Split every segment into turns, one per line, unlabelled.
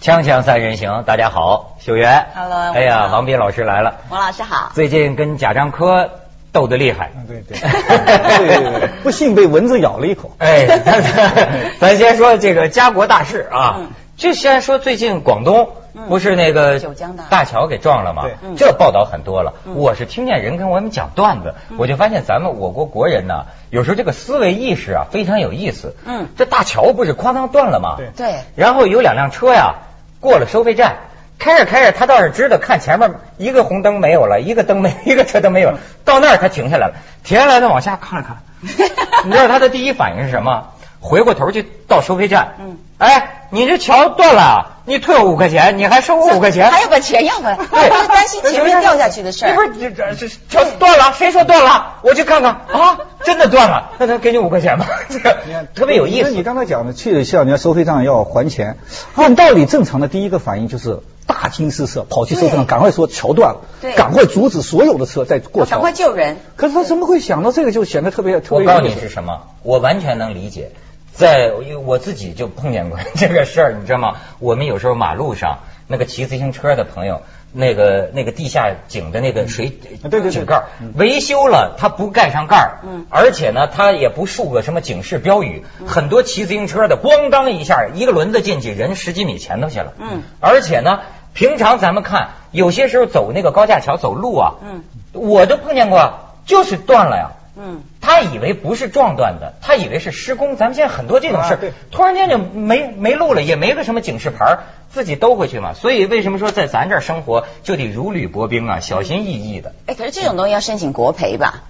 锵锵三人行，大家好，秀媛
Hello，
哎
我
呀，
好
王斌老师来了，
王老师好，
最近跟贾樟柯斗得厉害，
嗯对 对对对对，不幸被蚊子咬了一口。
哎， 咱咱咱先说这个家国大事啊
嗯，
这先说最近广东
嗯
不是那个
九江大
呃大桥给撞了吗
对？
嗯
这报道很多了，
嗯
我是听见人跟我们讲段子，我就发现咱们我国国人呢，有时候这个思维意识啊非常有意思。
嗯
这大桥不是哐当断了吗？
对
对，
然后有两辆车呀过了收费站，开着开着他倒是知道看前面一个红灯没有了，一个灯没 一个车灯没有了，到那儿他停下来了，停下来他往下看了看， 你知道他的第一反应是什么？回过头去到收费站，
嗯，
哎，你这桥断了，你退我五块钱，你还收 我五块钱，
还有把钱要回来，
对
他担心 前面掉下去的事
不
儿。
是这这这桥断了，谁说断了？我去看看啊，真的断了，那他给你五块钱吧， 这个
你
哎
看
特别有意
你
思。
刚才讲的，去了校人家收费站要还钱，按道理正常的第一个反应就是大惊失色，跑去收费
对
站，赶快说桥断了
对，
赶快阻止所有的车在过
赶
桥
快。救人！
可是他怎么会想到这个，就显得特别特
我
别。
告诉你是，什么，我完全能理解。在我自己就碰见过 这个事儿，你知道吗？我们有时候马路上那个骑自行车的朋友，那个那个地下井的那个水
啊对对对
井盖儿
嗯
维修了，他不盖上盖儿
嗯，
而且呢，他也不竖个什么警示标语。
嗯
很多骑自行车的咣当一下，一个轮子进去，人十几米前头去了。
嗯，
而且呢，平常咱们看，有些时候走那个高架桥走路啊，
嗯
我都碰见过，就是断了呀。
嗯，
他以为不是撞断的，他以为是施工。咱们现在很多这种事儿、
啊对
突然间就没没路了，也没个什么警示牌儿，自己兜回去嘛。所以为什么说在咱这儿生活就得如履薄冰啊，小心翼翼的。
哎，可是这种东西要申请国赔吧？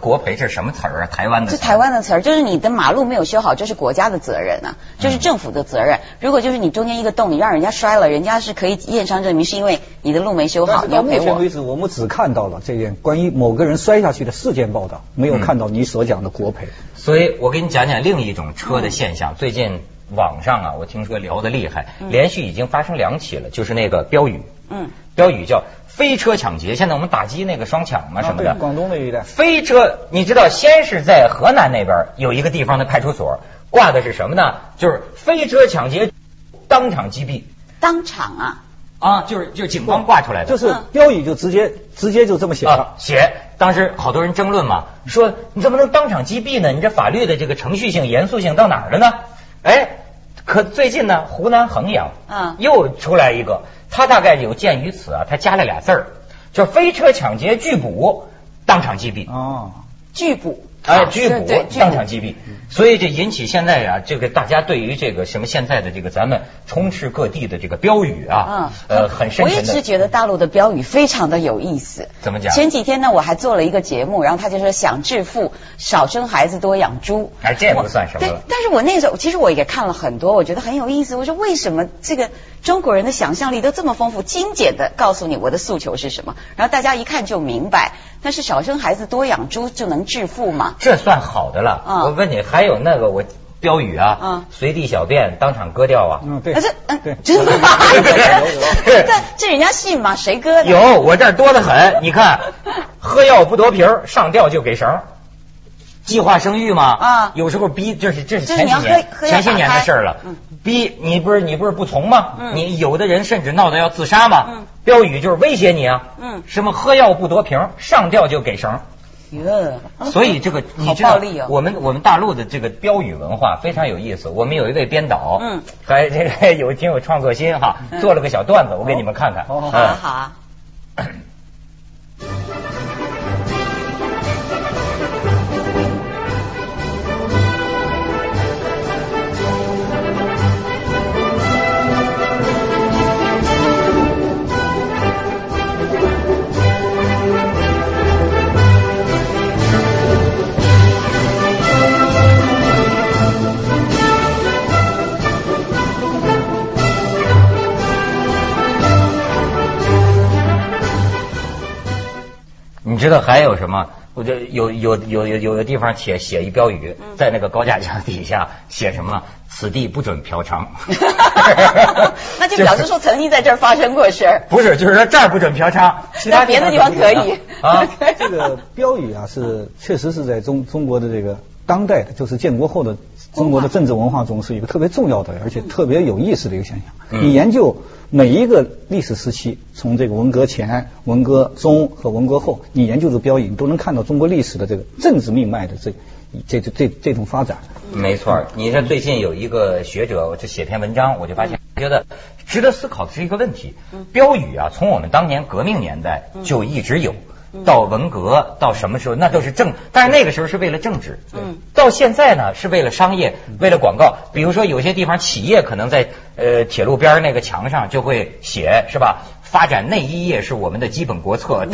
国赔这是什么词儿啊？台湾的词
这
儿
台湾的词儿，就是你的马路没有修好，这是国家的责任啊，这是政府的责任。如果就是你中间一个洞，你让人家摔了，人家是可以验伤证明是因为你的路没修
但
好，
是
你要
到目
赔
前
我
为。止，我们只看到了这件关于某个人摔下去的事件报道，
嗯
没有看到你所讲的国赔。
所以我给你讲讲另一种车的现象。最近网上啊，我听说聊得厉害，
嗯
连续已经发生两起了，就是那个标语，
嗯，
标语叫“飞车抢劫”。现在我们打击那个双抢嘛什么的，
啊对广东那一
嗯
带
飞车，你知道，先是在河南那边有一个地方的派出所挂的是什么呢？就是飞车抢劫，当场击毙
当场啊，
啊，就是就是警方挂出来的，
就是
嗯
标语就直接直接哦就这么写
啊
了，。
写。当时好多人争论嘛，说你怎么能当场击毙呢？你这法律的这个程序性、严肃性到哪儿了呢？哎，可最近呢，湖南衡阳
嗯
又出来一个，他大概有鉴于此啊，他加了俩字儿，叫飞车抢劫拒捕，当场击毙。
啊
哦。
拒捕。
哎，拘
啊是
捕
对，拒捕
当场击毙，所以这引起现在啊，这个大家对于这个什么现在的这个咱们充斥各地的这个标语啊，呃，很深
嗯我
沉
一直
的。
觉得大陆的标语非常的有意思。
怎么讲
前几天呢，我还做了一个节目，然后他就说想致富，少生孩子，多养猪。
哎，这也不算什么
对
了，。
但是我那时候其实我也看了很多，我觉得很有意思。我说为什么这个中国人的想象力都这么丰富，精简的告诉你我的诉求是什么，然后大家一看就明白。但是少生孩子，多养猪就能致富吗？
这算好的了。
嗯
我问你，还有那个我标语啊
嗯，
随地小便当场割掉啊？
嗯，对，
但是嗯
对，，
真的吗？
有有有
但这人家信吗？谁 割的？
有，我这儿多得很。你看，喝药不夺皮儿，上吊就给绳儿。计划生育嘛，
啊
有时候逼，这是这是
就
前
是
几
你要喝
年
喝药
前些年
打
的
开
事儿了
嗯。
逼你不是你不是不从吗？
嗯
你有的人甚至闹得要自杀嘛
嗯。
标语就是威胁你啊，
嗯
什么喝药不夺瓶儿，上吊就给绳儿。
哟
所以这个你
好
知道
暴力哦，
我们我们大陆的这个标语文化非常有意思。我们有一位编导，
嗯，
还这个 有挺有创作心哈，
嗯
做了个小段子，我给你们看嗯看。
好好
好啊好啊。
你知道还有什么？我就有有有有有的地方写写一标语，
嗯”，
在那个高架桥底下写什么“此地不准嫖娼
那就表示说曾经在这儿发生过事儿。
不是，就是说这儿不准嫖 娼，其他
那别的地方可以
啊。
这个标语啊，是确实是在中中国的这个当代的，就是建国后的中国的政治文化中是一个特别重要的，而且特别有意思的一个现象。
嗯
你研究每一个历史时期，从这个文革前、文革中和文革后，你研究的标语，你都能看到中国历史的这个政治命脉的这这这这这种发展。
没错儿，你这最近有一个学者，我就写篇文章，我就发现觉得值得思考的是一个问题
嗯。
标语啊，从我们当年革命年代
嗯
就一直有
嗯，
到文革到什么时候那都是政，但是那个时候是为了政治
嗯，
到现在呢是为了商业，为了广告。比如说有些地方企业可能在呃铁路边儿那个墙上就会写是吧？发展内衣业是我们的基本国 策，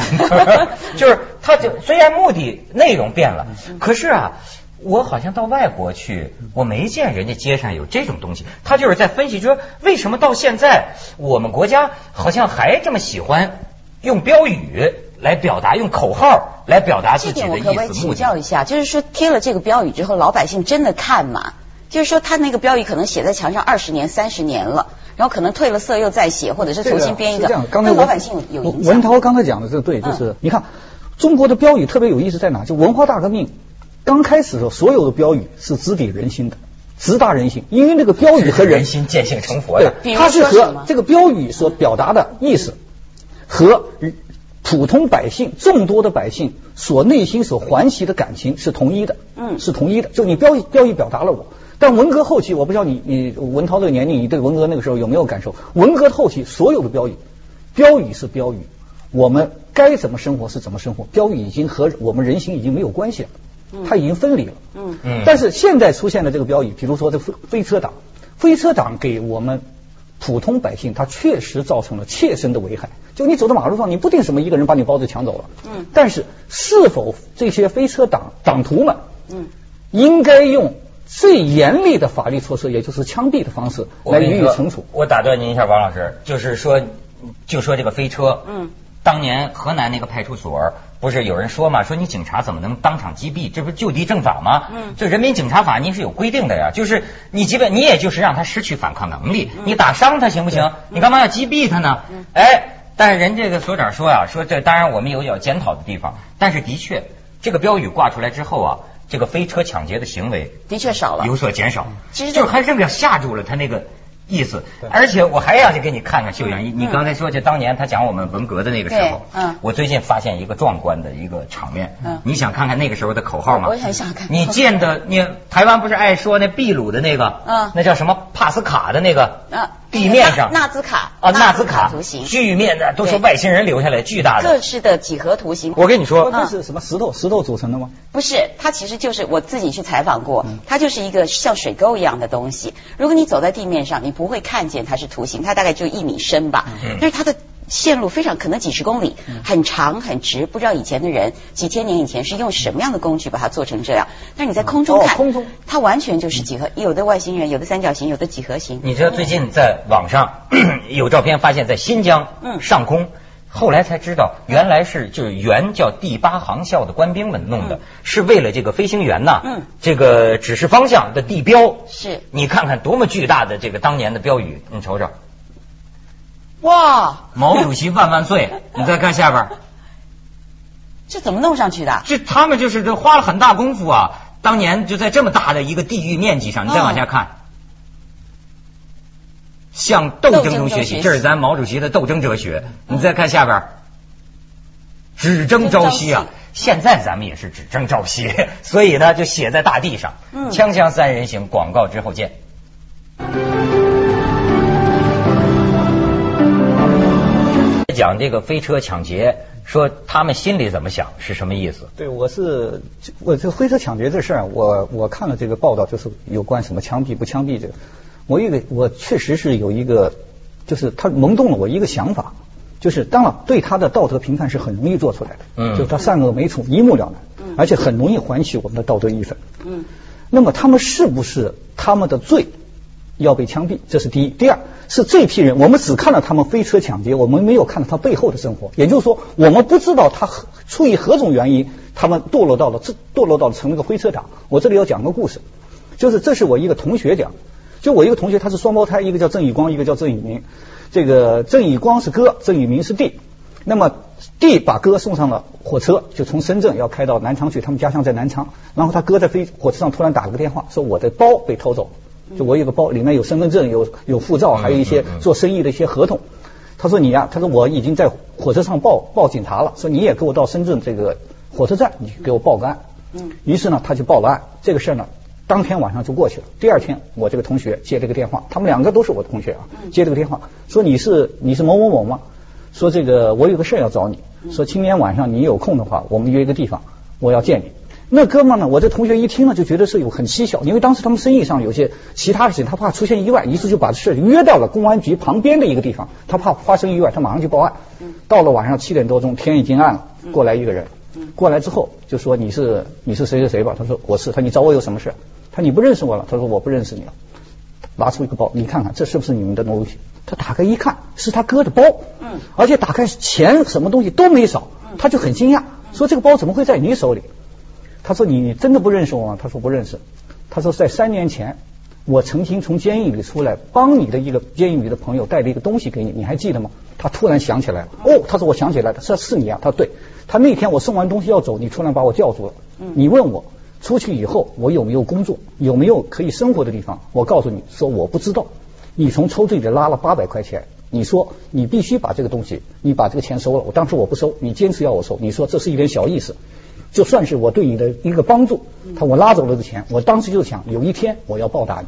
就是它就虽然目的内容变了，
嗯
可是啊，我好像到外国去，我没见人家街上有这种东西。他就是在分析说，为什么到现在我们国家好像还这么喜欢用标语来表达，用口号来表达
这
自己
点我
的
可不可
意
以
思目
请教
的。
一下？就是说贴了这个标语之后，老百姓真的看吗？就是说他那个标语可能写在墙上二十年、三十年了，然后可能褪了色又再写，或者是
啊
这个
重新编一
是这
个
样，，刚才
对老
文
百姓有有影响。嗯
文涛刚才讲的这对，就是、你看中国的标语特别有意思在哪？就文化大革命刚开始的时候，所有的标语是直抵人心的，直达人心，因为那个标语和
人
人
心见性成佛
对
的，
比，如
它是
说什
和
么
这个标语所表达的意思和普通百姓、众多的百姓所内心所唤起的感情是同一的，
嗯
是同一的。就你标标语表达了我，但文革后期，我不知道你你文涛这个年龄，你对文革那个时候有没有感受？文革后期所有的标语，标语是标语，我们该怎么生活是怎么生活，标语已经和我们人心已经没有关系了，它已经分离了。
嗯
嗯
但是现在出现的这个标语，比如说这飞飞车党，飞车党给我们普通百姓，它确实造成了切身的危害。就你走到马路上，你不定什么一个人把你包子抢走了，
嗯
但是是否这些飞车党党徒们，
嗯，
应该用最严厉的法律措施，也就是枪毙的方式
我
来
跟你
予以
说
惩处？
我打断您一下，王老师，就是说，就说这个飞车，
嗯，
当年河南那个派出所，不是有人说嘛，说你警察怎么能当场击毙？这不是就地正法吗？
嗯
这人民警察法您是有规定的呀，就是你基本你也就是让他失去反抗能
嗯
力，你打伤他行不行？你干嘛要击毙他呢？哎，但是人这个所长说呀、说这当然我们有要检讨的地方，但是的确这个标语挂出来之后啊，这个飞车抢劫的行为
的确少了。
有所减少，
其实
就是还是要吓住了他那个意思。而且我还要去给你看看秀阳，你你刚才说这当年他讲我们文革的那个时候，
嗯对嗯
我最近发现一个壮观的一个场面，
嗯
你想看看那个时候的口号吗？
我也很想看
你见的你台湾不是爱说那秘鲁的那个，
嗯
那叫什么帕斯卡的那个，
啊
地面上
纳纳兹卡
啊，
纳
纳
兹
兹
卡
卡
图形
巨面的，都说
对
外星人留下来巨大
各
的。哦
式的几何图形，
我跟你说，
那是什么石头石头组成的吗？
不是，它其实就是我自己去采访过，
嗯
它就是一个像水沟一样的东西。如果你走在地面上，你不会看见它是图形，它大概就一米深吧。
嗯
但是它的线路非常可能几十公里，
嗯
很长很直。不知道以前的人几千年以前是用什么样的工具把它做成这样。但是你在空中
哦
看，
空中
它完全就是几何，有的外星人，有的三角形，有的几何形。
嗯
你知道最近在网上 有照片发现，在新疆
嗯
上空，后来才知道原来是就是原叫第八航校的官兵们弄的
嗯，
是为了这个飞行员呐
嗯，
这个指示方向的地标。
是
你看看多么巨大的这个当年的标语，你瞅瞅，
哇，
毛主席万万 岁！你再看下边儿，
这怎么弄上去的？
这他们就是这花了很大功夫啊，当年就在这么大的一个地域面积上，你再往下看。向斗争中学习，这是咱毛主席的斗争哲学。你再看下边儿，只争朝夕啊！现在咱们也是只争朝夕， 所以呢，就写在大地上。
嗯
锵锵三人行，广告之后见。讲这个飞车抢劫，说他们心里怎么想，是什么意思？
对，我是我这灰车抢劫这事儿啊，我我看了这个报道，就是有关什么枪毙不枪毙这个，我一个我确实是有一个，就是他萌动了我一个想法，就是当然对他的道德评判是很容易做出来的，
嗯
就是他善恶美丑一目了然，
嗯
而且很容易唤起我们的道德义愤。
嗯
那么他们是不是他们的罪要被枪毙？这是第一。第二是这批人，我们只看到他们飞车抢劫，我们没有看到他背后的生活。也就是说，我们不知道他何出于何种原因，他们堕落到了这堕落到了成了个灰车党。我这里要讲个故事，就是这是我一个同学讲，就我一个同学他是双胞胎，一个叫郑义光，一个叫郑义明。这个郑义光是哥，郑义明是弟。那么弟把哥送上了火车，就从深圳要开到南昌去，他们家乡在南昌。然后他哥在飞火车上突然打了个电话，说我的包被偷走了，就我有个包，里面有身份证、有有护照，还有一些
嗯嗯嗯
做生意的一些合同。他说你呀、他说我已经在火车上报报警察了，说你也给我到深圳这个火车站，你给我报个案。
嗯
于是呢，他就报了案。这个事儿呢，当天晚上就过去了。第二天，我这个同学接了个电话，他们两个都是我的同学啊，接了个电话，说你是你是某某某吗？说这个我有个事儿要找你，说今天晚上你有空的话，我们约一个地方，我要见你。那哥们儿呢？我这同学一听呢，就觉得是有很蹊跷，因为当时他们生意上有些其他的事情，他怕出现意外，于是就把事儿约到了公安局旁边的一个地方，他怕发生意外，他马上就报案。到了晚上七点多钟，天已经暗了，过来一个人，过来之后就说你是你是谁谁谁吧？他说我是，他说你找我有什么事？他说你不认识我了？他说我不认识你了。拿出一个包，你看看这是不是你们的东西？他打开一看，是他哥的包，
嗯
而且打开钱什么东西都没少，他就很惊讶，说这个包怎么会在你手里？他说你真的不认识我吗？他说不认识。他说在三年前，我曾经从监狱里出来，帮你的一个监狱里的朋友带了一个东西给你，你还记得吗？他突然想起来了，哦，他说我想起来了，这是你啊？他说对，他那天我送完东西要走，你突然把我叫住了，你问我出去以后我有没有工作，有没有可以生活的地方？我告诉你说我不知道。你从抽屉里拉了八百块钱，你说你必须把这个东西，你把这个钱收了。我当时我不收，你坚持要我收，你说这是一点小意思，就算是我对你的一个帮助。
嗯
他我拉走了这个钱，我当时就想有一天我要报答你。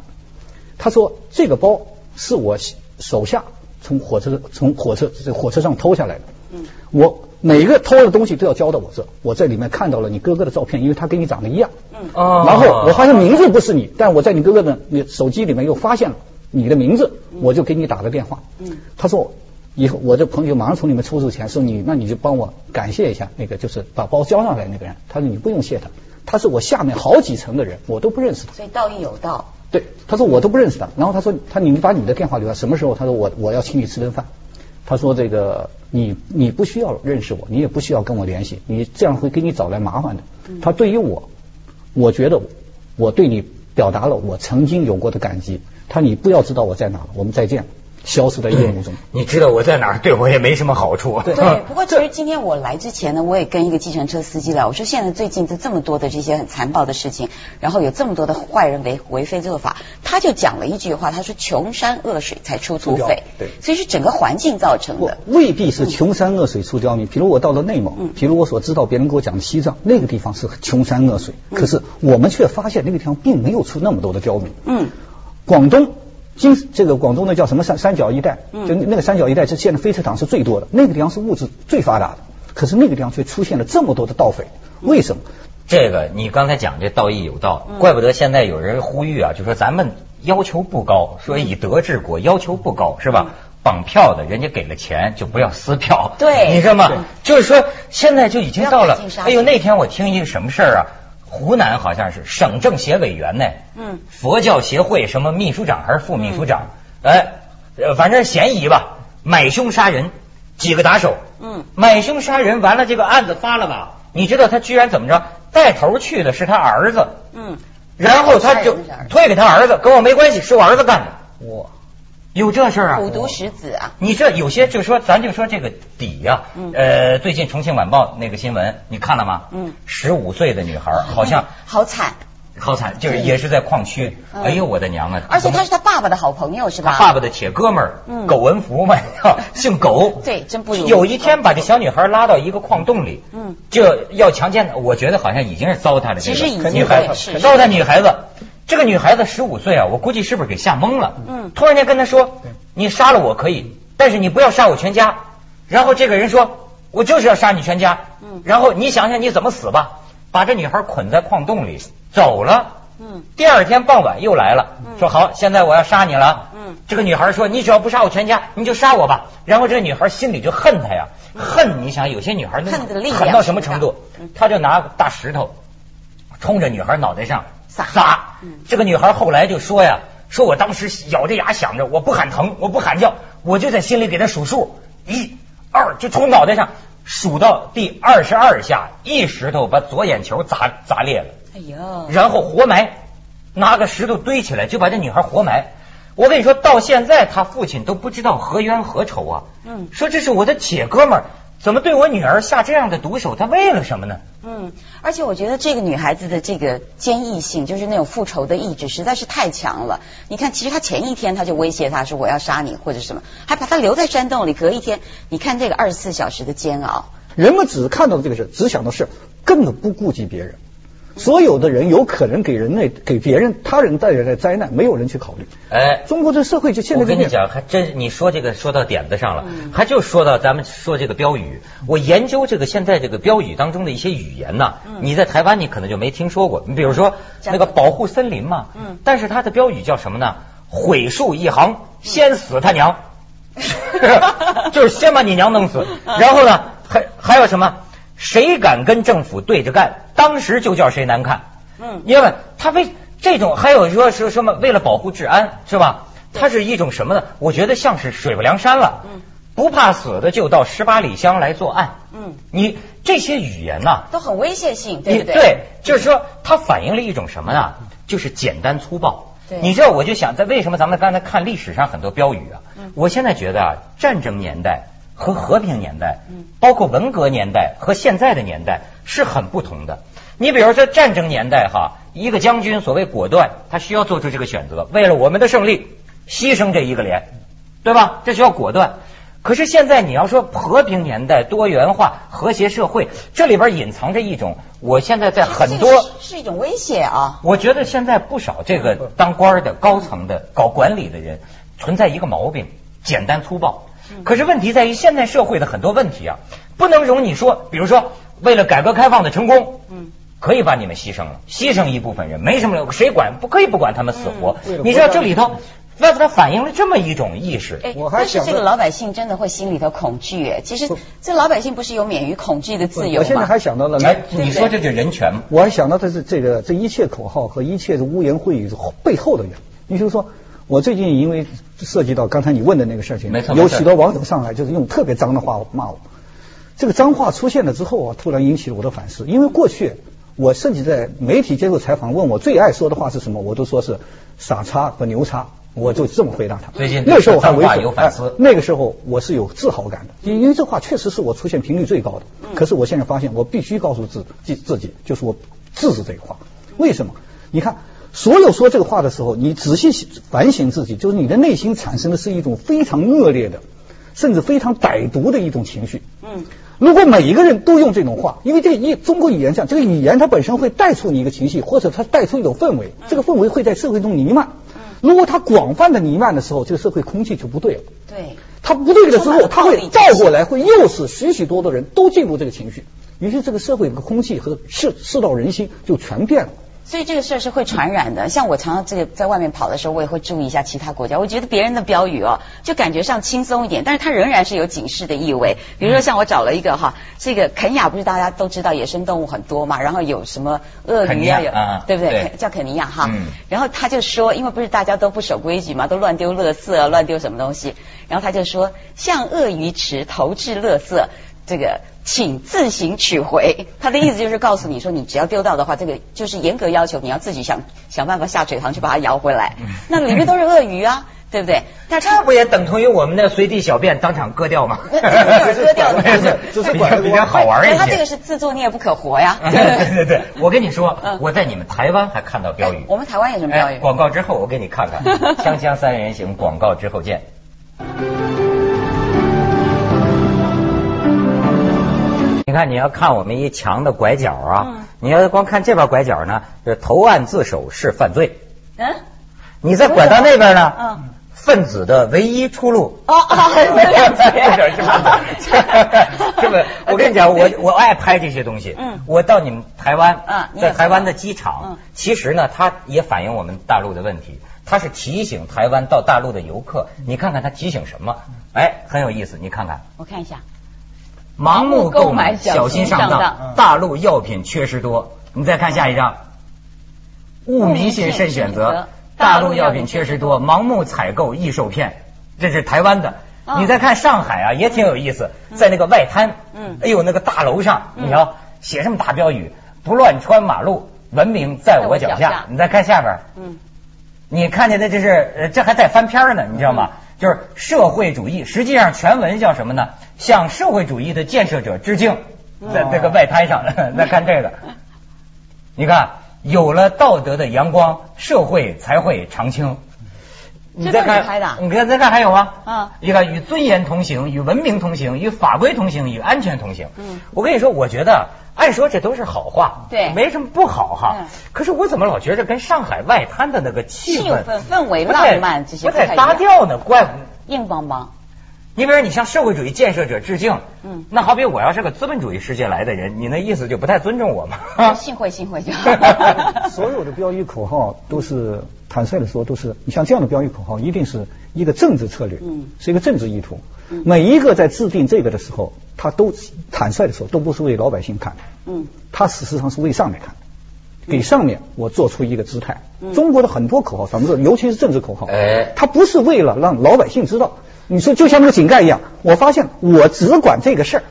他说这个包是我手下从火车从火车这火车上偷下来的。
嗯
我每个偷的东西都要交到我这，我这里面看到了你哥哥的照片，因为他跟你长得一样。
嗯
哦
然后我发现名字不是你，但我在你哥哥的你手机里面又发现了你的名字，我就给你打了电话。
嗯
他说以后我这朋友马上从里面抽出钱，说你那你就帮我感谢一下那个就是把包交上来那个人。他说你不用谢他，他是我下面好几层的人，我都不认识他。
所以道义有道，
对，他说我都不认识他。然后他说他你把你的电话留下，什么时候？他说我我要请你吃顿饭。他说这个你你不需要认识我，你也不需要跟我联系，你这样会给你找来麻烦的。他对于我，我觉得我对你表达了我曾经有过的感激。他你不要知道我在哪了，我们再见，消失在夜幕中。
你知道嗯我在哪儿，对我也没什么好处。
对
对，不过其实今天我来之前呢，我也跟一个计程车司机聊，我说现在最近这这么多的这些很残暴的事情，然后有这么多的坏人为为非作歹，他就讲了一句话，他说穷山恶水才出土
出
匪
掉，对
所以是整个环境造成
我
的。
未必是穷山恶水出刁民。比如我到了内蒙
嗯，
比如我所知道别人给我讲的西藏，那个地方是穷山恶水，
嗯
可是我们却发现那个地方并没有出那么多的刁民。
嗯
广东。今这个广东的叫什么山山脚一带，
嗯
就那个山脚一带，是现在飞车党是最多的，那个地方是物质最发达的，可是那个地方却出现了这么多的盗匪，
嗯
为什么？
这个你刚才讲这道义有道，怪不得现在有人呼吁啊，就说咱们要求不
嗯
高，说以德治国要求不高是吧？绑票的人家给了钱就不要撕票，
对
你知道吗
对？
就是说现在就已经到
不
了
要赶尽，杀
哎
绝
呦那天我听一个什么事儿啊，湖南好像是省政协委员呢，
嗯
佛教协会什么秘书长还是副秘书长，
嗯
哎、呃，反正嫌疑吧，买凶杀人，几个打手，
嗯，
买凶杀人完了，这个案子发了吧？你知道他居然怎么着？带头去的是他儿子，
嗯，
然后他就
带头杀人
推给他儿子，跟我没关系，是我儿子干的。哇，有这事儿啊？
虎毒食子啊，
你这有些就说，咱就说这个底呀、
嗯
呃，最近重庆晚报那个新闻你看了吗？
嗯
十五岁的女孩 儿好像啊
好惨，
好惨，就是也是在矿区。
嗯
哎呦我的娘啊！
而且他是他爸爸的好朋友是吧？
他爸爸的铁哥们
嗯
儿苟文福嘛， 姓苟。
对真不容易
有一天把这小女孩拉到一个矿洞里，
嗯
这要强奸她，我觉得好像已经是糟蹋了这
其实已
个
经
女孩
对是
子，糟蹋女孩子。这个女孩子十五岁啊，我估计是不是给吓懵了？
嗯
突然间跟他说：“你杀了我可以，但是你不要杀我全家。”然后这个人说：“我就是要杀你全家。”
嗯
然后你想想你怎么死吧，把这女孩捆在矿洞里走了。
嗯
第二天傍晚又来了，
嗯
说好，现在我要杀你了。
嗯
这个女孩说，你只要不杀我全家，你就杀我吧。然后这个女孩心里就恨他呀，恨你想有些女孩那
嗯恨的力量
狠到什么程度
是吧？
她就拿大石头冲着女孩脑袋上
撒
撒
嗯。
这个女孩后来就说呀，说我当时咬着牙想着，我不喊疼，我不喊叫，我就在心里给她数数，一、二，就从脑袋上数到第二十二下，一石头把左眼球砸砸裂了。
哎呦，
然后活埋，拿个石头堆起来就把这女孩活埋。我跟你说，到现在他父亲都不知道何冤何仇啊！
嗯
说这是我的铁哥们儿，怎么对我女儿下这样的毒手？他为了什么呢？
嗯，而且我觉得这个女孩子的这个坚毅性，就是那种复仇的意志，实在是太强了。你看，其实她前一天她就威胁她说我要杀你或者什么，还把她留在山洞里，隔一天，你看这个二十四小时的煎熬。
人们只看到这个事，只想到事，根本不顾及别人。所有的人有可能给人类、给别人、他人带来的灾难，没有人去考虑。
哎，
中国这社会就现在
我
这嗯
跟
个
你
样。
讲，还真你说这个说到点子上了，还就说到咱们说这个标语。我研究这个现在这个标语当中的一些语言呐、
嗯
你在台湾你可能就没听说过。你比如说
讲
那个保护森林嘛，
嗯
但是它的标语叫什么呢？毁树一
嗯
行，先死他 娘， 就是先把你娘弄死，
嗯
然后呢，还还有什么？谁敢跟政府对着干，当时就叫谁难看。
嗯
因为他为这种，还有说是什么为了保护治安是吧？它是一种什么呢？我觉得像是水泊梁山了。
嗯
不怕死的就到十八里乡来作案。
嗯，
你这些语言呐、
都很危险性，对不
你
对？，
就是说它反映了一种什么呢？就是简单粗暴。
对
你知道，我就想在为什么咱们刚才看历史上很多标语啊？
嗯
我现在觉得啊，战争年代和和平年代，
嗯
包括文革年代和现在的年代是很不同的。你比如说战争年代哈，一个将军所谓果断，他需要做出这个选择，为了我们的胜利，牺牲这一个连，对吧？这需要果断。可是现在你要说和平年代、多元化、和谐社会，这里边隐藏着一种，我现在在很
这个
多
是，是一种威胁啊。
我觉得现在不少这个当官儿的、高层的、搞管理的人，存在一个毛病，简单粗暴。
嗯
可是问题在于，现在社会的很多问题啊，不能容你说，比如说为了改革开放的成功，
嗯，
可以把你们牺牲了，牺牲一部分人，没什么了，谁管？不可以不管他们死活
嗯为了。国
你知道
家
这里头，那它反映了这么一种意识。
哎
我，还
但是
想
这个
问
老百姓真的会心里头恐惧。哎，其实
不
这老百姓不是有免于恐惧的自由吗？
我现在还想到了
哎
来，，
你说这就人权吗？
我还想到的是这个这一切口号和一切的污言秽语背后的原因。也就是说，我最近因为涉及到刚才你问的那个事情，
没错没
有
错
许多网友上来就是用特别脏的话骂我。这个脏话出现了之后啊，突然引起了我的反思，因为过去我甚至在媒体接受采访问我最爱说的话是什么，我都说是傻叉和牛叉。我就这么回答他。
最近
那时候我还
对
为
脏话
所
有反思
哎那个时候我是有自豪感的，因因为这话确实是我出现频率最高的。可是我现在发现，我必须告诉自自自己，就是我制止这个话。为什么？你看，所有说这个话的时候，你仔细反省自己，就是你的内心产生的是一种非常恶劣的，甚至非常歹毒的一种情绪。
嗯，
如果每一个人都用这种话，因为这个一中国语言上，这个语言它本身会带出你一个情绪，或者它带出一种氛围，这个氛围会在社会中弥漫。如果它广泛的弥漫的时候，这个社会空气就不对了。
对。
它不对了之
充满
后，
了
它
暴
会
力
倒过来，会诱使许许多多人都进入这个情绪，于是这个社会的空气和世世道人心就全变了。
所以这个事儿是会传染的。像我常常这个在外面跑的时候，我也会注意一下其他国家。我觉得别人的标语哦，就感觉上轻松一点，但是它仍然是有警示的意味。比如说像我找了一个哈，这个肯雅不是大家都知道野生动物很多嘛，然后有什么鳄
肯尼
鱼
亚
啊，有
啊
对不对？
对
肯叫肯尼亚哈。
嗯
然后他就说，因为不是大家都不守规矩嘛，都乱丢垃圾啊，乱丢什么东西。然后他就说，向鳄鱼池投掷垃圾，这个请自行取回。他的意思就是告诉你说，你只要丢到的话，这个就是严格要求你要自己想想办法下水塘去把它摇回来。那里面都是鳄鱼啊，对不对？但是
这不也等同于我们的随地小便当场割 掉吗？
割 掉的
就是
比
拐
较
了个弯。
比较好玩一些。
哎他这个是自作孽不可活 呀。
对对对，我跟你说
嗯，
我在你们台湾还看到标语。
我们台湾有什么标
哎
语？
广告之后我给你看 看，《锵锵三人行》广告之后见。你看，你要看我们一墙的拐角啊
嗯，
你要光看这边拐角呢，是投案自首是犯罪；
嗯，
你再拐到那边呢，
嗯。
分子的唯一出路
哦哦，这两
这 点是吧？ 这么，我跟你讲， 我我爱拍这些东西。
嗯
我到你们台湾，
嗯你也
在台湾的机场
嗯，
其实呢，它也反映我们大陆的问题。它是提醒台湾到大陆的游客，你看看它提醒什
嗯
么？哎，很有意思，你看看，
我看一下，
盲目购买，小
小
心
心
上
上
当
当，
大陆药品缺失多。你再看下一张，误迷信慎选择，大陆药品缺失多，盲目采购易受骗。这是台湾的。
哦
你再看上海啊，也挺有意思，在那个外滩，
嗯
哎呦那个大楼上，
嗯
你瞧写这么大标语，不乱穿马路，文明在我脚
在我脚
下
下。
你再看下边，
嗯，
你看见的这是，呃这还带翻篇呢，你知道吗？就是社会主义。实际上全文叫什么呢？向社会主义的建设者致敬，
嗯
在这个外滩上， 再看这个，你看有了道德的阳光，社会才会长青。你再
这都是你拍的啊
看，你看再看还有吗？
嗯
你看与尊严同行，与文明同行，与法规同行，与安全同行。
嗯
我跟你说，我觉得按说这都是好话，
对
没什么不好哈。
嗯
可是我怎么老觉着跟上海外滩的那个气氛、
气氛氛围
不太
浪漫这些
不
不太
太
一样
搭调呢？怪不，
硬邦邦。
你比如说你向社会主义建设者致敬，
嗯
那好比我要是个资本主义世界来的人，你那意思就不太尊重我 嘛？
幸会幸会就
啊 所有的标语口号都是，坦率的说，都是你像这样的标语口号，一定是一个政治策略，
嗯
是一个政治意图
嗯。
每一个在制定这个的时候，他都坦率的说，都不是为老百姓看，
嗯
他事实上是为上面看，给上面我做出一个姿态。
嗯
中国的很多口号，咱们说，尤其是政治口号，
哎
他不是为了让老百姓知道。你说就像那个井盖一样，我发现我只管这个事儿，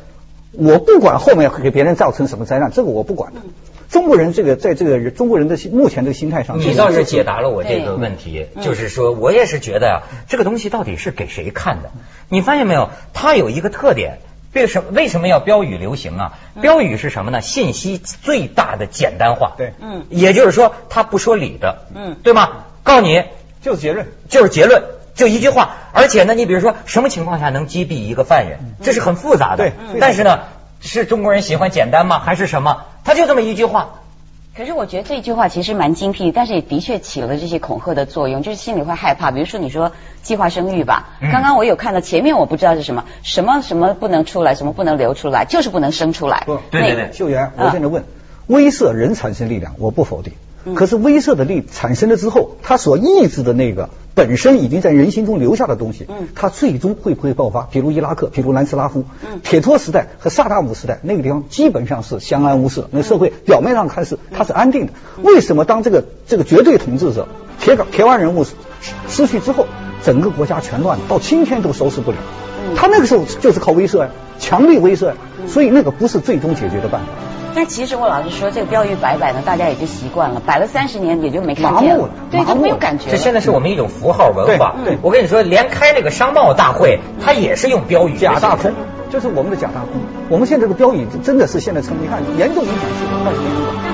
我不管后面会给别人造成什么灾难，这个我不管的。中国人这个在这个中国人的心目前这个心态上，
你倒是解答了我这个问题，
对嗯
就是说我也是觉得呀、这个东西到底是给谁看的？你发现没有？它有一个特点，为什为什么要标语流行啊？
嗯
标语是什么呢？信息最大的简单化。
对
嗯
也就是说他不说理的，
嗯
对吗？告诉你
就是结论。
就是结论，就一句话。而且呢，你比如说什么情况下能击毙一个犯人，这是很复杂的。
嗯对嗯
但是呢，是中国人喜欢简单吗？还是什么？他就这么一句话。
可是我觉得这句话其实蛮精辟，但是也的确起了这些恐吓的作用，就是心里会害怕。比如说你说计划生育吧，
嗯
刚刚我有看到前面我不知道是什么，什么什么不能出来，什么不能流出来，就是不能生出来。
不
对对对
秀媛，
嗯
我现在问，威慑人产生力量，我不否定
嗯。
可是威慑的力产生了之后，它所抑制的那个本身已经在人心中留下的东西
嗯，
它最终会不会爆发？比如伊拉克，比如南斯拉夫
嗯，
铁托时代和萨达姆时代，那个地方基本上是相安无事，那社会表面上看是它是安定的。为什么当这个这个绝对统治者铁杆铁腕人物失失去之后，整个国家全乱了，到今天都收拾不了？
嗯
他那个时候就是靠威慑呀，强力威慑呀，所以那个不是最终解决的办法。
但其实我老实说，这个标语摆摆呢，大家也就习惯了，摆了三十年也就没看见
麻木了
对，就
麻木
没有
了
感觉
这
了。
现在是我们一种符号文化。
对对嗯
我跟你说，连开那个商贸大会，它也是用标语。
假大空，就是我们的假大空。我们现在这个标语真的是现在成，你看严重影响市场快经济。